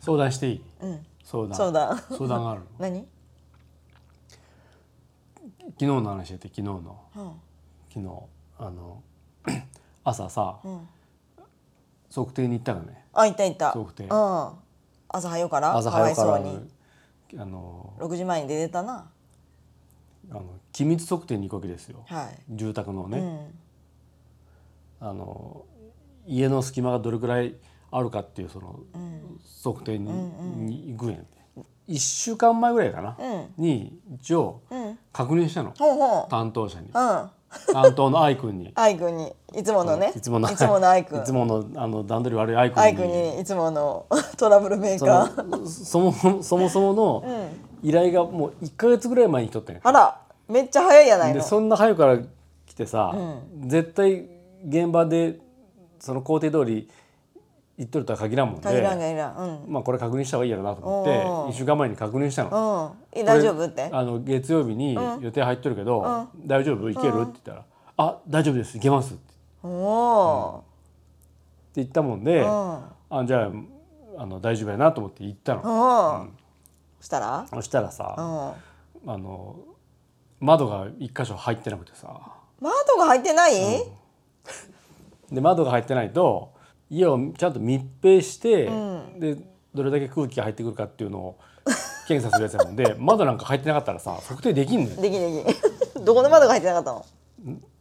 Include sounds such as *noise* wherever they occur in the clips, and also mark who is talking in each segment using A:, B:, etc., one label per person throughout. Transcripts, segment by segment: A: 相談していい
B: うん
A: 相談
B: そうだ
A: 相談が
B: *laughs*
A: あるの
B: 何
A: 昨日の話やって昨日の
B: うん
A: 昨日あの *clears throat* 朝さ
B: うん
A: 測定に行ったよね
B: あいたいた
A: そうくて
B: うん朝早うから
A: 朝早くから
B: かわいそうに
A: あの
B: 6時前に出てたな
A: あの機密測定に行くわけですよ
B: はい
A: 住宅の
B: う
A: ね、
B: ん
A: あの家の隙間がどれくらいあるかっていうその
B: うん
A: 測定に,、に行くんやって1週間前ぐらいかな、
B: うん
A: に一応
B: うん
A: 確認したの
B: ほうほ
A: 担当者に
B: ううん
A: 担当の愛くんに
B: アイくんにいつものね
A: いつもの
B: いつものアイくん
A: いつものあの段取り悪い愛くん
B: アイ
A: に
B: くんにいつもの *laughs* トラブルメー
A: そ
B: カー
A: のそもそもそもそもの依頼がもう1か月ぐらい前に来とったんや
B: あらめっちゃ早いやない
A: で
B: の
A: そんな早くから来てさ、絶対現場でその工程通り行っとるとは限らんもんで
B: 限らん限らんうん
A: まあ、これ確認した方がいいやろなと思
B: お
A: っ
B: ー
A: て1週間前に確認したの。
B: うんえ
A: これ
B: 大丈夫って
A: あの月曜日に予定入っとるけど、大丈夫行ける、って言ったら「あ大丈夫です行けます」って
B: おお
A: 言ったもんで、
B: ー
A: あじゃああの大丈夫やなと思って行った
B: う
A: の、
B: んうんしたら
A: そしたら
B: う
A: さ、
B: ん
A: あの窓が一箇所入ってなくてさ
B: 窓が入ってない
A: で窓が入ってないと家をちゃんと密閉して、でどれだけ空気が入ってくるかっていうのを *laughs* 検査するやつやもんで窓なんか入ってなかったらさ測定できんのよ
B: できんできん *laughs* どこの窓が入ってなかったの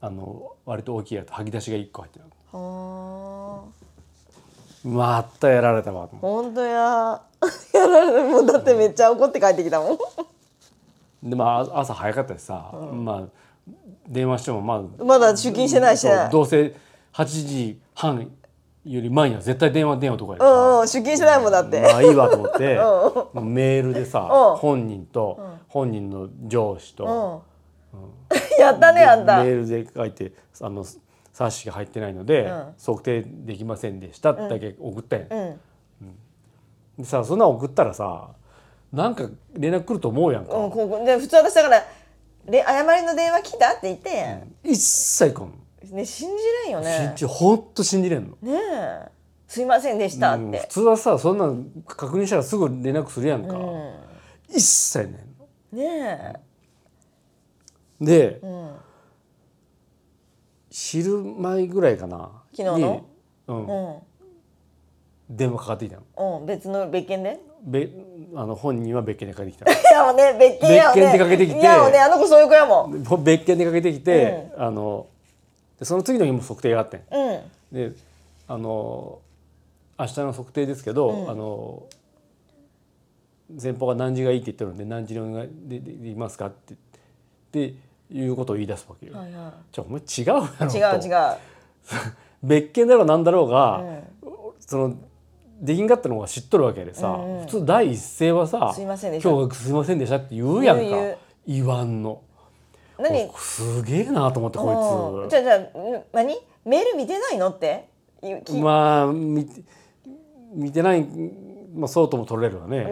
A: あの割と大きいやつ吐き出しが1個入ってる
B: ほー
A: またやられたわと思って。
B: ほんとや *laughs* やられるもんだってめっちゃ怒って帰ってきたもん
A: でまあ朝早かったしさ、まあ電話してもまあ
B: まだ出勤してないし
A: そう
B: ね
A: どうせ8時半より前には絶対電話出ん男やか
B: う
A: ら
B: んうん出勤してないもんだって
A: まあいいわと思
B: *laughs*
A: ってもうメールでさ
B: うん
A: 本人と本人の上司と
B: うん、 *laughs* やった
A: で
B: ねあんた
A: メールで書いてあの冊子が入ってないので
B: ん
A: 測定できませんでしたってだけ送ったんや
B: う、ん
A: でさそんなん送ったらさなんか連絡来ると思うやんか、
B: うん、ここで普通私だからで誤りの電話来たって言って、
A: 一切来んの
B: ね、信じれんよ
A: 信
B: ね
A: じほんと信じれんの
B: ねえすいませんでしたっ
A: うん普
B: て、
A: 通はさそんなん確認したらすぐ連絡するやんか、一切ないの
B: ね
A: で、
B: え、うん、
A: 昼前ぐらいかな
B: 昨日の
A: にうん
B: う
A: 電話かかってきたの
B: ん、うん、別の別件で *laughs*
A: べあの本人は別件でかかってきた *laughs*
B: いやもうね別件やもんね
A: 別件でかけてきて
B: いやもうねあの子そういう子やもん
A: の別件でかけてきて、あのでその次の日も測定があってん
B: うん
A: であの明日の測定ですけど、あの前方が何時がいいって言ってるので何時にお願いでででいますかってっていうことを言い出すわけよ。
B: はいは
A: じゃお前違うやろ
B: い違う
A: と
B: 違う
A: 別件だろうなんだろうが、そのできんかったのが知っとるわけでさ、普通第一声はさ
B: すいませんでした
A: 今日すいませんでした」って言うやんか
B: 言う言う
A: 言わんの
B: 何
A: おすげえなと思ってこ
B: うん
A: い
B: じゃあじゃあうん何メール見てないのって言う
A: つ
B: 聞い
A: まあ見て見てない、まあ、そうとも取れるわね、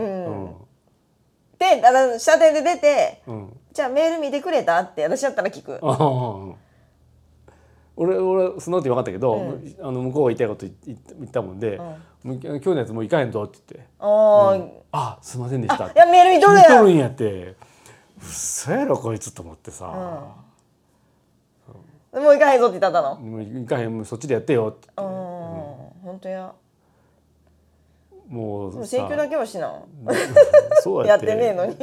B: てあの下手で出て
A: うんうん
B: じゃあメール見てくれたって私だったら聞く
A: うん俺俺その時分かったけど、あの向こうが言いたいこと言った言ったもんで、もう今日のやつもう行かへんぞ」って言って
B: おー
A: 「あすいませんでした」っ
B: い
A: て
B: やメール見とる
A: 聞い
B: や
A: と
B: ん
A: るんやって嘘やろこいつと思ってさ、
B: もう行かへんぞって言ったの
A: もう行かへんもうそっちでやってよって
B: うん本当や
A: も
B: で
A: う
B: も
A: さ
B: 請求だけはしな
A: そう
B: や
A: や
B: っ
A: ってて
B: ねえのに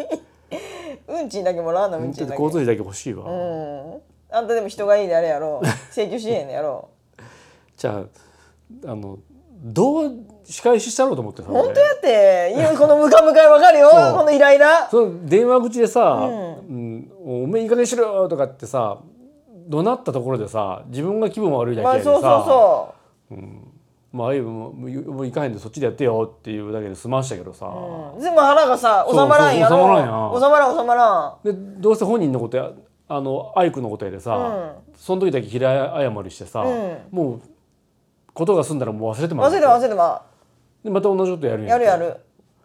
B: *laughs* 運賃だけもらわな運
A: ちょ
B: 賃だ
A: っと
B: け
A: 交通費だけ欲しいわ、
B: うんあんたでも人がいいであれや
A: *laughs*
B: ろ請求しへんのやろ
A: じゃああのどう仕返ししたろうと思ってさ
B: 本当
A: 俺
B: やっていやこのムカムカわかるよ
A: そう
B: このイライラ
A: その電話口でさ「うんおめえいい加減しろよ」とかってさ怒鳴ったところでさ自分が気分悪いだけ
B: ま
A: や
B: あ
A: でさ、
B: そうそうそ
A: まあああいうもうもう行かへんでそっちでやってよっていうだけで済ましたけどさ、
B: ううん全部腹がさ収
A: そう
B: まらんやろ
A: そう収まらんや
B: 収まらん収まらん
A: でどうせ本人のことやあのアイクのことやでさ、その時だけ平謝りしてさ、もうことが済んだらもう忘れてま
B: 忘れてま忘れてま
A: でまた同じことやるん
B: やるや
A: る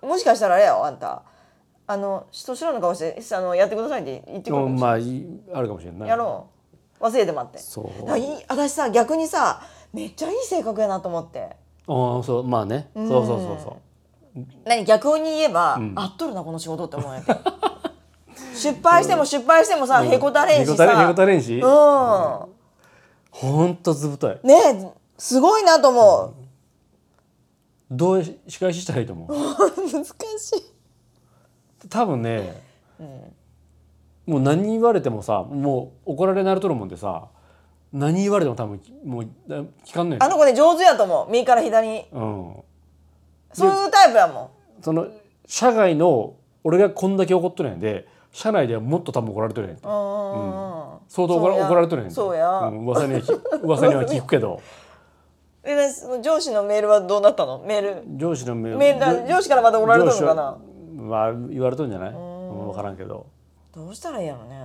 B: るもしかしたらあれやわあんたあの人知らぬ顔してあのやってくださいって言ってくる
A: まあいいあるかもしれない
B: やろう忘れてまって
A: そう
B: あいい私さ逆にさめっちゃいい性格やなと思って
A: ああそうまあね、そうそうそうそ
B: 何逆に言えば、あっとるなこの仕事って思うんやって *laughs* 失敗しても失敗してもさ、へこたれんしさ
A: へこたれんし
B: うん
A: ほんとずぶとい
B: ねえすごいなと思
A: どう仕返ししたらいいと思う
B: う *laughs* 難しい
A: 多分ね、もう何言われてもさもう怒られなるとるもんでさ何言われても多分もうだ聞かんのよ
B: あの子ね上手やと思う右から左に
A: うん、
B: そういうタイプやもん
A: その社外の俺がこんだけ怒っとるんやで社内ではもっと多分怒られとるんやん
B: うんうんうん
A: 相当怒
B: そ
A: ら
B: うや
A: 怒られとるんやん
B: そうや
A: ん、噂には聞
B: *laughs*
A: 噂には聞くけど
B: えなその上司のメールはどうなったのメール
A: 上司のメ
B: メールだ上司からまたおられとるのかな
A: まあ言われとるんじゃないうん分からんけど
B: どうしたらいいやろね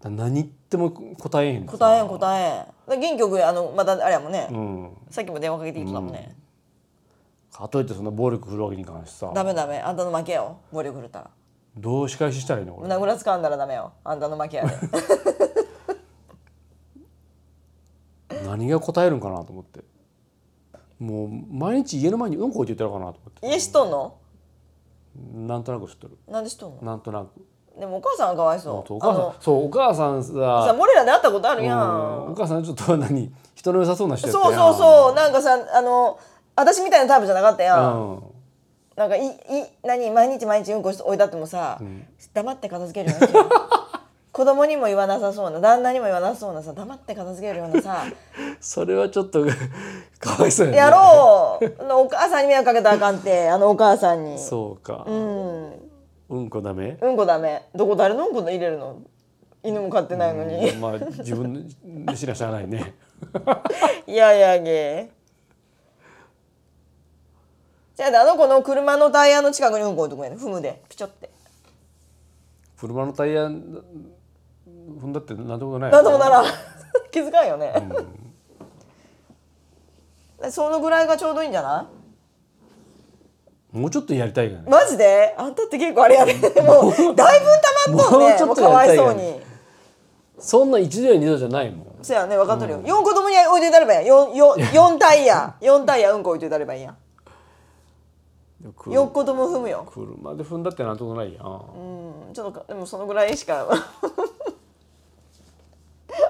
A: だ何言っても答えへんさ
B: 答えん答えんだから元気よくあのまたあれやもんね、
A: うん
B: さっきも電話かけてきてたもんね、
A: かといってそんな暴力振るわけに関してさ
B: ダメダメあんたの負けよ暴力振るったら
A: どう仕返ししたらいいのこれ
B: 胸ぐらつかんだらダメよあんたの負けやで
A: 何が答えるんかなと思ってもう毎日家の前にうんこ置いて言ってるかなと思って
B: 家しとんの
A: なんとなく知ってる
B: なんでしとんの
A: なんとなく
B: でもお母さんがかわいそう
A: お母
B: あの
A: さんそうお母さんさ
B: さモレラで会ったことあるや
A: うん
B: ん
A: お母さんちょっと何人の良さそうな人やった
B: そ
A: や
B: うんそうそうなんかさあの私みたいなタイプじゃなかったやん、なんかいい何毎日毎日うんこして置いてあってもさ、黙って片付けるような気が子供にも言わなさそうな旦那にも言わなさそうなさ黙って片付けるようなさ
A: うん、それはちょっと *laughs* かわいそうやね
B: やろうあのお母さんに迷惑かけたらあかんってあのお母さんに
A: そうか、
B: う
A: うんんこダメ
B: うんこダメどこ誰のうんこ入れるの犬も飼ってないのに、
A: まあ自分で知らしゃあないね
B: *laughs* いやいやげじゃああの子の車のタイヤの近くにうんこ置いとくんやね踏むでピチョって
A: 車のタイヤ踏んだってなんでもない
B: なんともならん *laughs* 気づかんよね、そのぐらいがちょうどいいんじゃな
A: もうちょっとやりたいよ
B: い
A: ね
B: マジであんたって結構あれやねもうだいぶ溜まっとんね
A: もうちょっと
B: かわいそ
A: や
B: う
A: りたい
B: に
A: そんな一度や二度じゃないもん
B: そやね分かっとるよ、四4子供に置いといたればいいやん 4, 四タイヤ4タイヤうんこ置いといたればいいやん
A: く
B: 4子供踏むよ
A: 車で踏んだってなんともないやん、
B: うんちょっとかでもそのぐらいしか *laughs*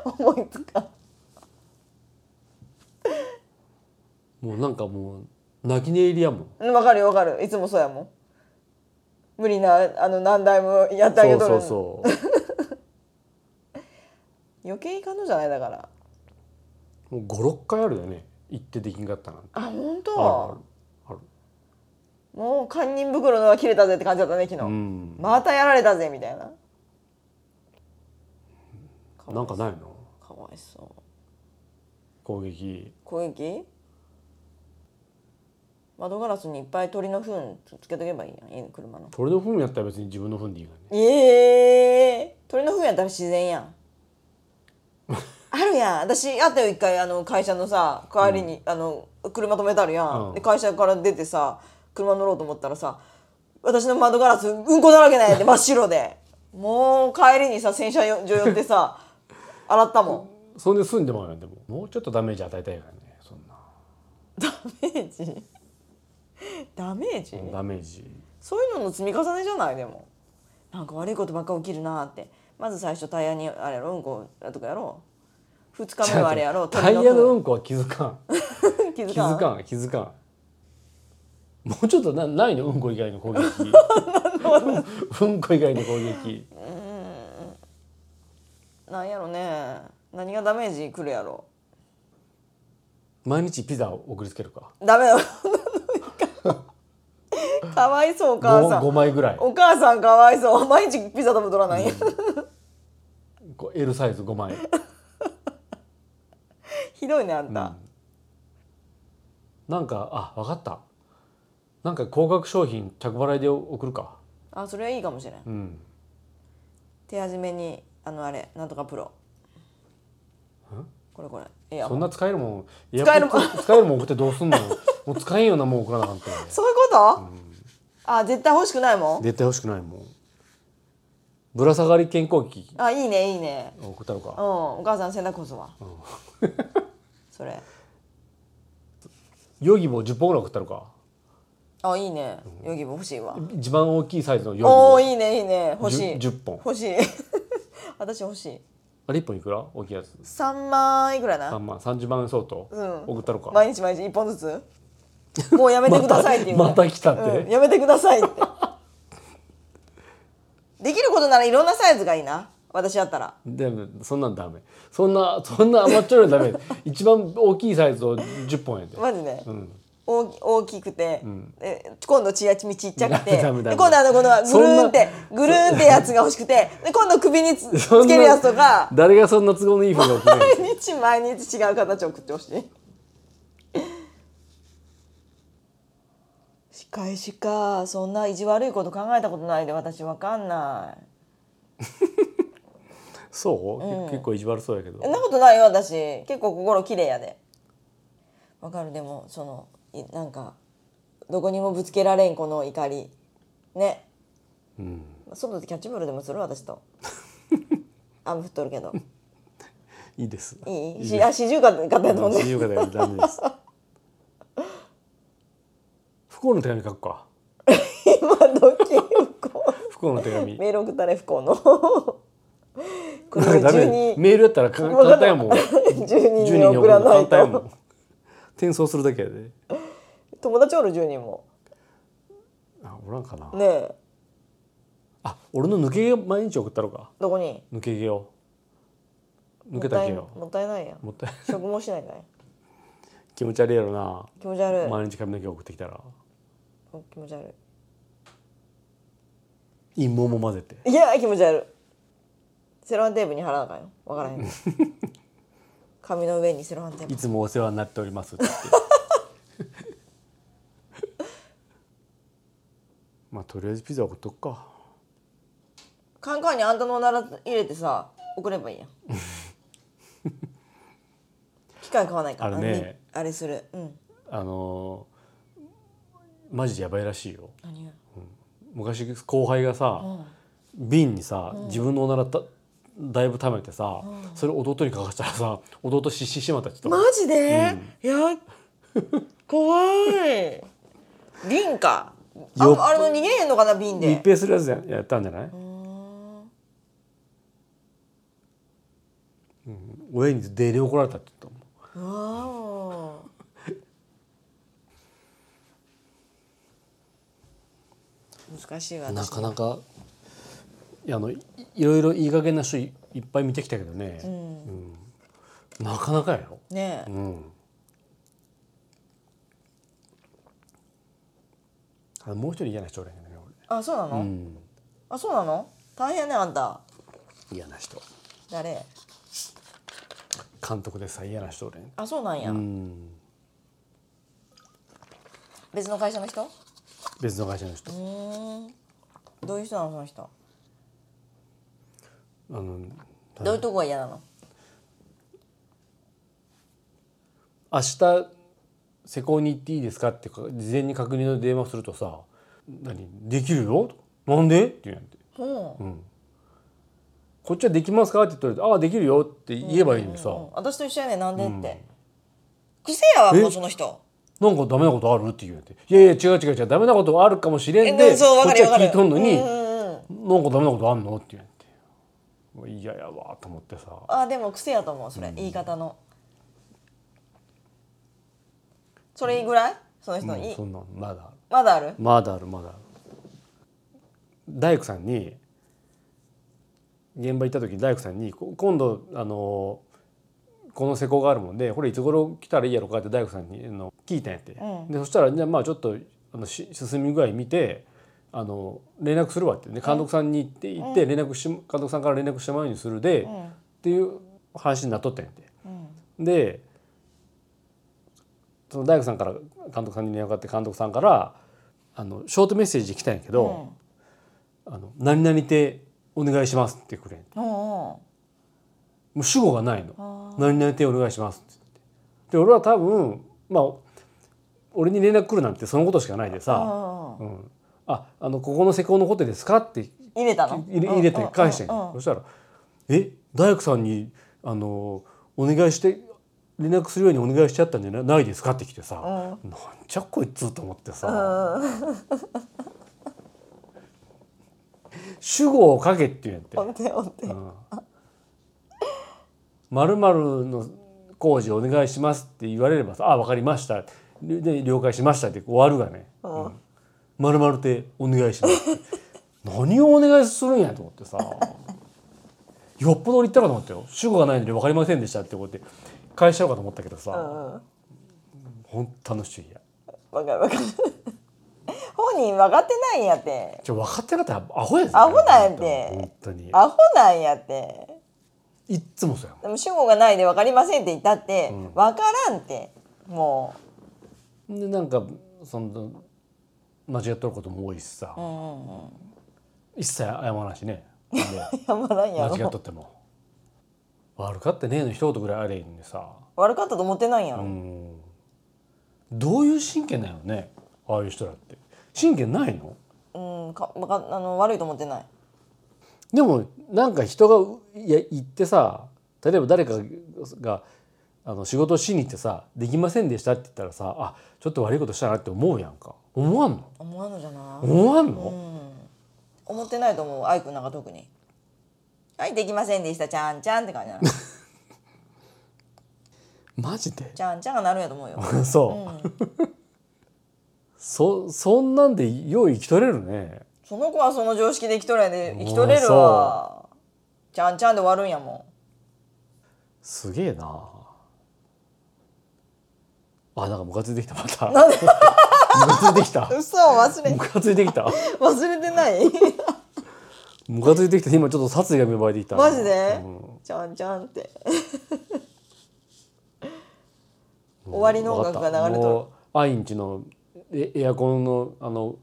B: 思いつかん
A: もうなんかもう泣き寝入りやもん
B: うんわかるよわかるいつもそうやもん無理なあの何台もやってあ
A: そ
B: げ
A: う
B: とる
A: そうそう
B: 余計いかんのじゃないだから
A: もう56回あるよね行ってできんかったなんて
B: あ本
A: あ
B: 当
A: るある
B: もう堪忍袋のは切れたぜって感じだったね昨
A: あるう
B: 日
A: ん
B: またやられたぜみたいな
A: なんかないの
B: かわいそう
A: 攻撃
B: 攻撃窓ガラスにいっぱい鳥の糞つけとけばいいやん家の車の
A: 鳥の糞やったら別に自分の糞でいいからね
B: ええー、鳥の糞やったら自然やんあるやん私あったよ一回あの会社のさ帰りに、あの車止めてあるやん、
A: うん
B: で会社から出てさ車乗ろうと思ったらさ私の窓ガラスうんこだらけなんやって真っ白でもう帰りにさ洗車よ所寄ってさ洗ったもん
A: そんで済んでもらうよでももうちょっとダメージ与えたいからねそんな
B: ダメージダメージ、
A: ダメージ
B: そういうのの積み重ねじゃないでもなんか悪いことばっか起きるなってまず最初タイヤにあれやろうんことかやろう2日目はあれやろう
A: タイヤの
B: う
A: うんこは気づかん
B: 気づ
A: 気
B: かん
A: づかん気づかんもうちょっとなないのうんこ以外
B: *laughs*
A: の攻撃うんこ以外の攻撃
B: なんやろね何がダメージくるやろ
A: 毎日ピザを送りつけるか
B: ダメだかわいそうお母さ
A: 5,
B: ん
A: 枚ぐらい
B: お母さんかわいそう毎日ピザ食べとらない、
A: こう L サイズ5枚
B: ひどいねあんた、
A: なんかあ分かったなんか高額商品着払いで送るか
B: あそれはいいかもしれん
A: うん
B: 手始めにあのあれなんとかプロこれこれいや
A: そんな使えるもん
B: 使えるもん
A: エアポッド使えるもん送ってどうすんの *laughs* もう使えんよなもう送らなあかんって
B: そういうこと、あ絶対欲しくないもん
A: 絶対欲しくないもんぶら下がり健康器
B: あいいねいいね
A: 送ったの
B: うん
A: か
B: お母さん洗濯こそは、 *laughs* それ
A: ヨギボー10本ぐらい送ったのか
B: あいいねヨギボ欲しいわ
A: 一番大きいサイズのヨギ
B: お
A: ボ
B: おいいねいいね欲しい
A: じゅ10本
B: 欲しい *laughs* 私欲しい
A: あれ1本いくら大きいやつ
B: 3万いくら
A: 3
B: な
A: 万30万円相当、
B: うん
A: 送ったのか
B: 毎日毎日1本ずつもうやめてくださいっていう
A: また来たって、
B: うん、やめてくださいって
A: *laughs*
B: できることならいろんなサイズがいいな私だったら
A: でもそんなんダメそんなそんな甘っちょろいのダメ一番大きいサイズを10本やで、
B: マジで、
A: うん、
B: 大き大きくて、え今度ちやちみちっちゃくてで
A: ダ
B: 今
A: メダメ
B: 度あのこの
A: そ
B: ぐ
A: ん
B: る
A: な
B: ーんってぐるーんってやつが欲しくてで今度首につ
A: そんな
B: つけるやつとか
A: 誰がそんな都合のいいふうに送るの
B: 毎日毎日違う形を送ってほしい仕返しかそんな意地悪いこと考えたことないで私わかんない
A: そう、け結構意地悪そうやけど
B: そんなことないよ私結構心綺麗やでわかるでもそのいなんかどこにもぶつけられんこの怒りね
A: うん
B: 外でキャッチボールでもする私
A: *laughs*
B: と雨降っとるけど
A: いいです
B: いい
A: い
B: しあ四十肩肩やと思う
A: 自
B: ね
A: 由がないダメです不幸の手紙書くか
B: 今時不幸
A: 不幸の手紙
B: メール送ったね不幸のこれを
A: ダ
B: 十
A: メ
B: 人
A: メールやったらか簡単やもん
B: 十人
A: 10
B: に
A: 人に
B: 送
A: 送
B: ら
A: るの
B: な
A: 簡
B: い
A: 単やも
B: と
A: ん転送するだけやで
B: 友達おる十人も
A: あおらんかな、
B: ねえ
A: あ俺の抜け毛を毎日送ったのか
B: どこに
A: 抜け毛を抜けた毛を
B: もったいないもったいないやん
A: もったいない
B: 食毛しないんかい
A: 気持ち悪いやろな
B: 気持ち悪い、
A: 毎日髪の毛送ってきたら
B: 気持ち悪
A: 陰謀も混ぜて
B: いいや気持ち悪いセロハンテープに貼らなあかんよわからへん紙の上にセロハンテープ
A: いつもお世話になっておりますって言って *laughs* まあとりあえずピザ送っとくか
B: カンカンにあんたのおなら入れてさ送ればいいやん機械買わないから
A: あれね
B: あれするうん
A: あのーマジでやばいらしいよ
B: 何が
A: 昔後輩がさ、瓶にさ、自分のおならただいぶ溜めてさ、それ弟に書かせたらさ弟失神してまったちょっ
B: マ
A: と
B: ジで、いや怖い瓶かあ
A: よっ
B: あれも逃げへんのかな瓶
A: 密
B: で
A: 閉するやつややったんじゃない、うん、親に出で怒られたって言ったもん
B: うわあ難しいわ
A: な
B: 私
A: かなかいやあのいいろいろいい加減な人いいっぱい見てきたけどね、うんなかなかやろ、
B: ねえ、
A: うん、あもう一人嫌な人おるんやけどね
B: あそうなの、
A: 俺、うん、
B: あそうなの大変ねあんた
A: 嫌な人
B: 誰
A: 監督でさ嫌な人おるんや
B: あそうなんや、
A: うん
B: 別の会社の人
A: 別の会社の人、
B: うーんどういう人なのその人
A: あの
B: どういうとこが嫌なの
A: 明日施工に行っていいですかってか事前に確認の電話をするとさ「何できるよ?」なんで?」って言うんやって。
B: ほう
A: こっちはできますかって言ったら「ああできるよ」って言えばいいのにさ、
B: うん私と一緒やねんなんでって、癖やわもうその人
A: なんかダメなことあるって言うんやって「いやいや違う違う違うダメなことあるかもしれん
B: え
A: で
B: でもそうわ
A: こ
B: か
A: っ
B: る
A: ち
B: よ
A: は聞いとんのに、
B: うんうんうん
A: なんかダメなことあんの?」って言うんやってもう嫌やわと思ってさ
B: あでも癖やと思うそれ、言い方のそれぐらいその人の、
A: うん
B: い
A: そんなんまだある
B: まだある
A: まだあるまだある大工さんに現場行った時大工さんにこ今度あのこの施工があるもんでこれいつ頃来たらいいやろかって大工さんにあの聞いたんやって、でそしたらじゃあまあちょっとあのし進み具合見てあの連絡するわってね監督さんに行って行って連絡し、監督さんから連絡してもらうようにするで、っていう話になっとったんやって。でその大工さんから監督さんに電話があって監督さんからあのショートメッセージ来たんやけど「あの何々てお願いします」ってくれん
B: うんうん
A: もう主語がないの「何々てお願いします」って言ってで俺は多分まあ俺に連絡来るなんてそのことしかないで
B: うん
A: さ
B: うん
A: 「うん、ああのここの施工のことですか?」って
B: 入れたの
A: 入れ入れて返してん
B: うんうん
A: そしたら「え大工さんにあのお願いして連絡するようにお願いしちゃったんじゃなないですかって来てさ、なんじゃこいつと思ってさ、 *laughs* 主語を書けって言うんやって
B: おんておんて
A: まるまるの工事お願いしますって言われればさ、あ、わかりました。で、了解しましたって終わるがね。まるまるでお願いしますって。 *laughs* 何をお願いするんやと思ってさ。よっぽど俺言ったかと思ったよ。主語がないのでわかりませんでしたって思って返しちゃおうかと思ったけど
B: う
A: さ、
B: んうん
A: ほんと楽しいや。
B: わかるわかる本人分かってないんやって
A: ちょ分かってなかったらアホやで。
B: アホなんやて
A: 本当に。
B: アホなんやって
A: いっつもそうや
B: でも主語がないで分かりませんって言ったって、分からんっても
A: もん。で、なんかその間違っとることも多いしさ、
B: う、 *laughs* うんうんうん、
A: 一切謝らないしね。で
B: やまないんや
A: 間違っ
B: ろ
A: とっても悪かってねえの一言ぐらいあれんでさ
B: 悪かったと思ってないんやろ、
A: うんどういう神経なのねああいう人らって神経ないの
B: うんかわかあの悪いと思ってない
A: でもなんか人がういや言ってさ例えば誰かがあの仕事をしに行ってさ「できませんでした」って言ったらさ「あちょっと悪いことしたな」って思うやんか思わんの
B: 思わんのじゃない
A: 思わんの、
B: 思ってないと思うアイくんなんか特にはいできませんでしたちゃんちゃんって
A: *laughs*
B: 感じなの
A: マジで
B: ちゃんちゃんがなるんやと思うよ
A: そう、 *laughs* そそんなんでよう生きとれるね
B: その子はその常識で生きとるやで生きとれるわちゃんちゃんで終わるんやも
A: すげえなあなんかムカついてきたまたムカついてき
B: *laughs*
A: た
B: ん嘘忘れ
A: ムカついてきた
B: 忘れてない
A: ムカついてきた今ちょっと殺意が芽生えてきた
B: マジで、
A: うん
B: ちゃんちゃんって終わりの音楽が流れ
A: わかっ
B: と
A: たもうアインチのエエアコンのあの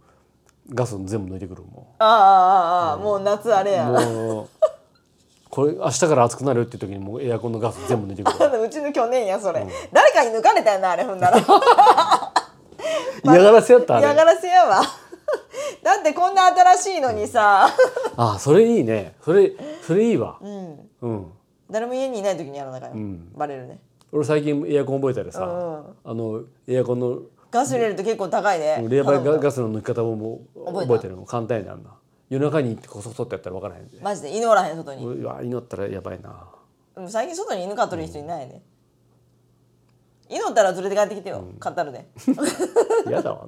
A: ガス全部抜いてくるも
B: るああああああ、もう夏あれ
A: う
B: や
A: もうこれ明日から暑くなるって時にもうエアコンのガス全部抜い
B: *laughs*
A: てくる
B: あ *laughs* のうちの去年やそれ、誰かに抜かれたんだあれほんなら
A: 嫌がらせやったあ
B: 嫌
A: れ
B: がらせやわ *laughs* だってこんな新しいのにさ、
A: あそれいいねそれそれいいわ
B: うん、
A: うん
B: 誰も家にいない時にやらなあかんよ、バレるね
A: 俺最近エアコン覚えたらさ、
B: う
A: あのエアコンの
B: ガス入れると結構高いね頼
A: 冷媒
B: むと
A: ガガスの抜き方ももう
B: 覚えた
A: 覚えてるの簡単やねあんな夜中に行ってこそこそってやったら分からへんで
B: マジで犬おらへん外に
A: うわ祈ったらやばい
B: *laughs*
A: な
B: でも最近外に犬飼っとる人いないね、犬おったら連れて帰ってきてよ、飼ったるで *laughs*
A: 嫌だわ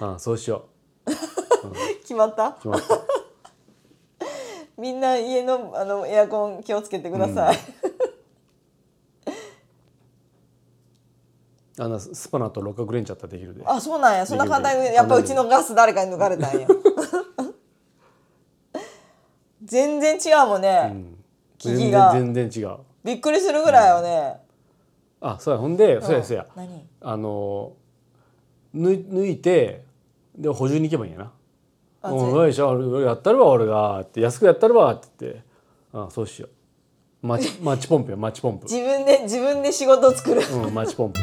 A: あそうしよ
B: 決まった
A: う決まった
B: *laughs* みんな家のあのエアコン気をつけてください、
A: あのスパナと六角レンチャーってできるで
B: あそうなんやそんな簡単
A: できる
B: に
A: で
B: やっぱうちのガス誰かに抜かれたんや *laughs* 全然違うもんね、機
A: 全
B: 器
A: 然
B: が
A: 全然違う
B: びっくりするぐらいよね、
A: あそうやほんで、そうやそうや
B: 何
A: あの抜抜いてで補充に行けばいいんやな「
B: あ
A: うんよいしょ俺やったるわ俺が」って「安くやったるわ」って言って「あそうしよう」マチマチポンプよマチポンプ
B: 自分で自分で仕事を作る
A: うんマチポンプ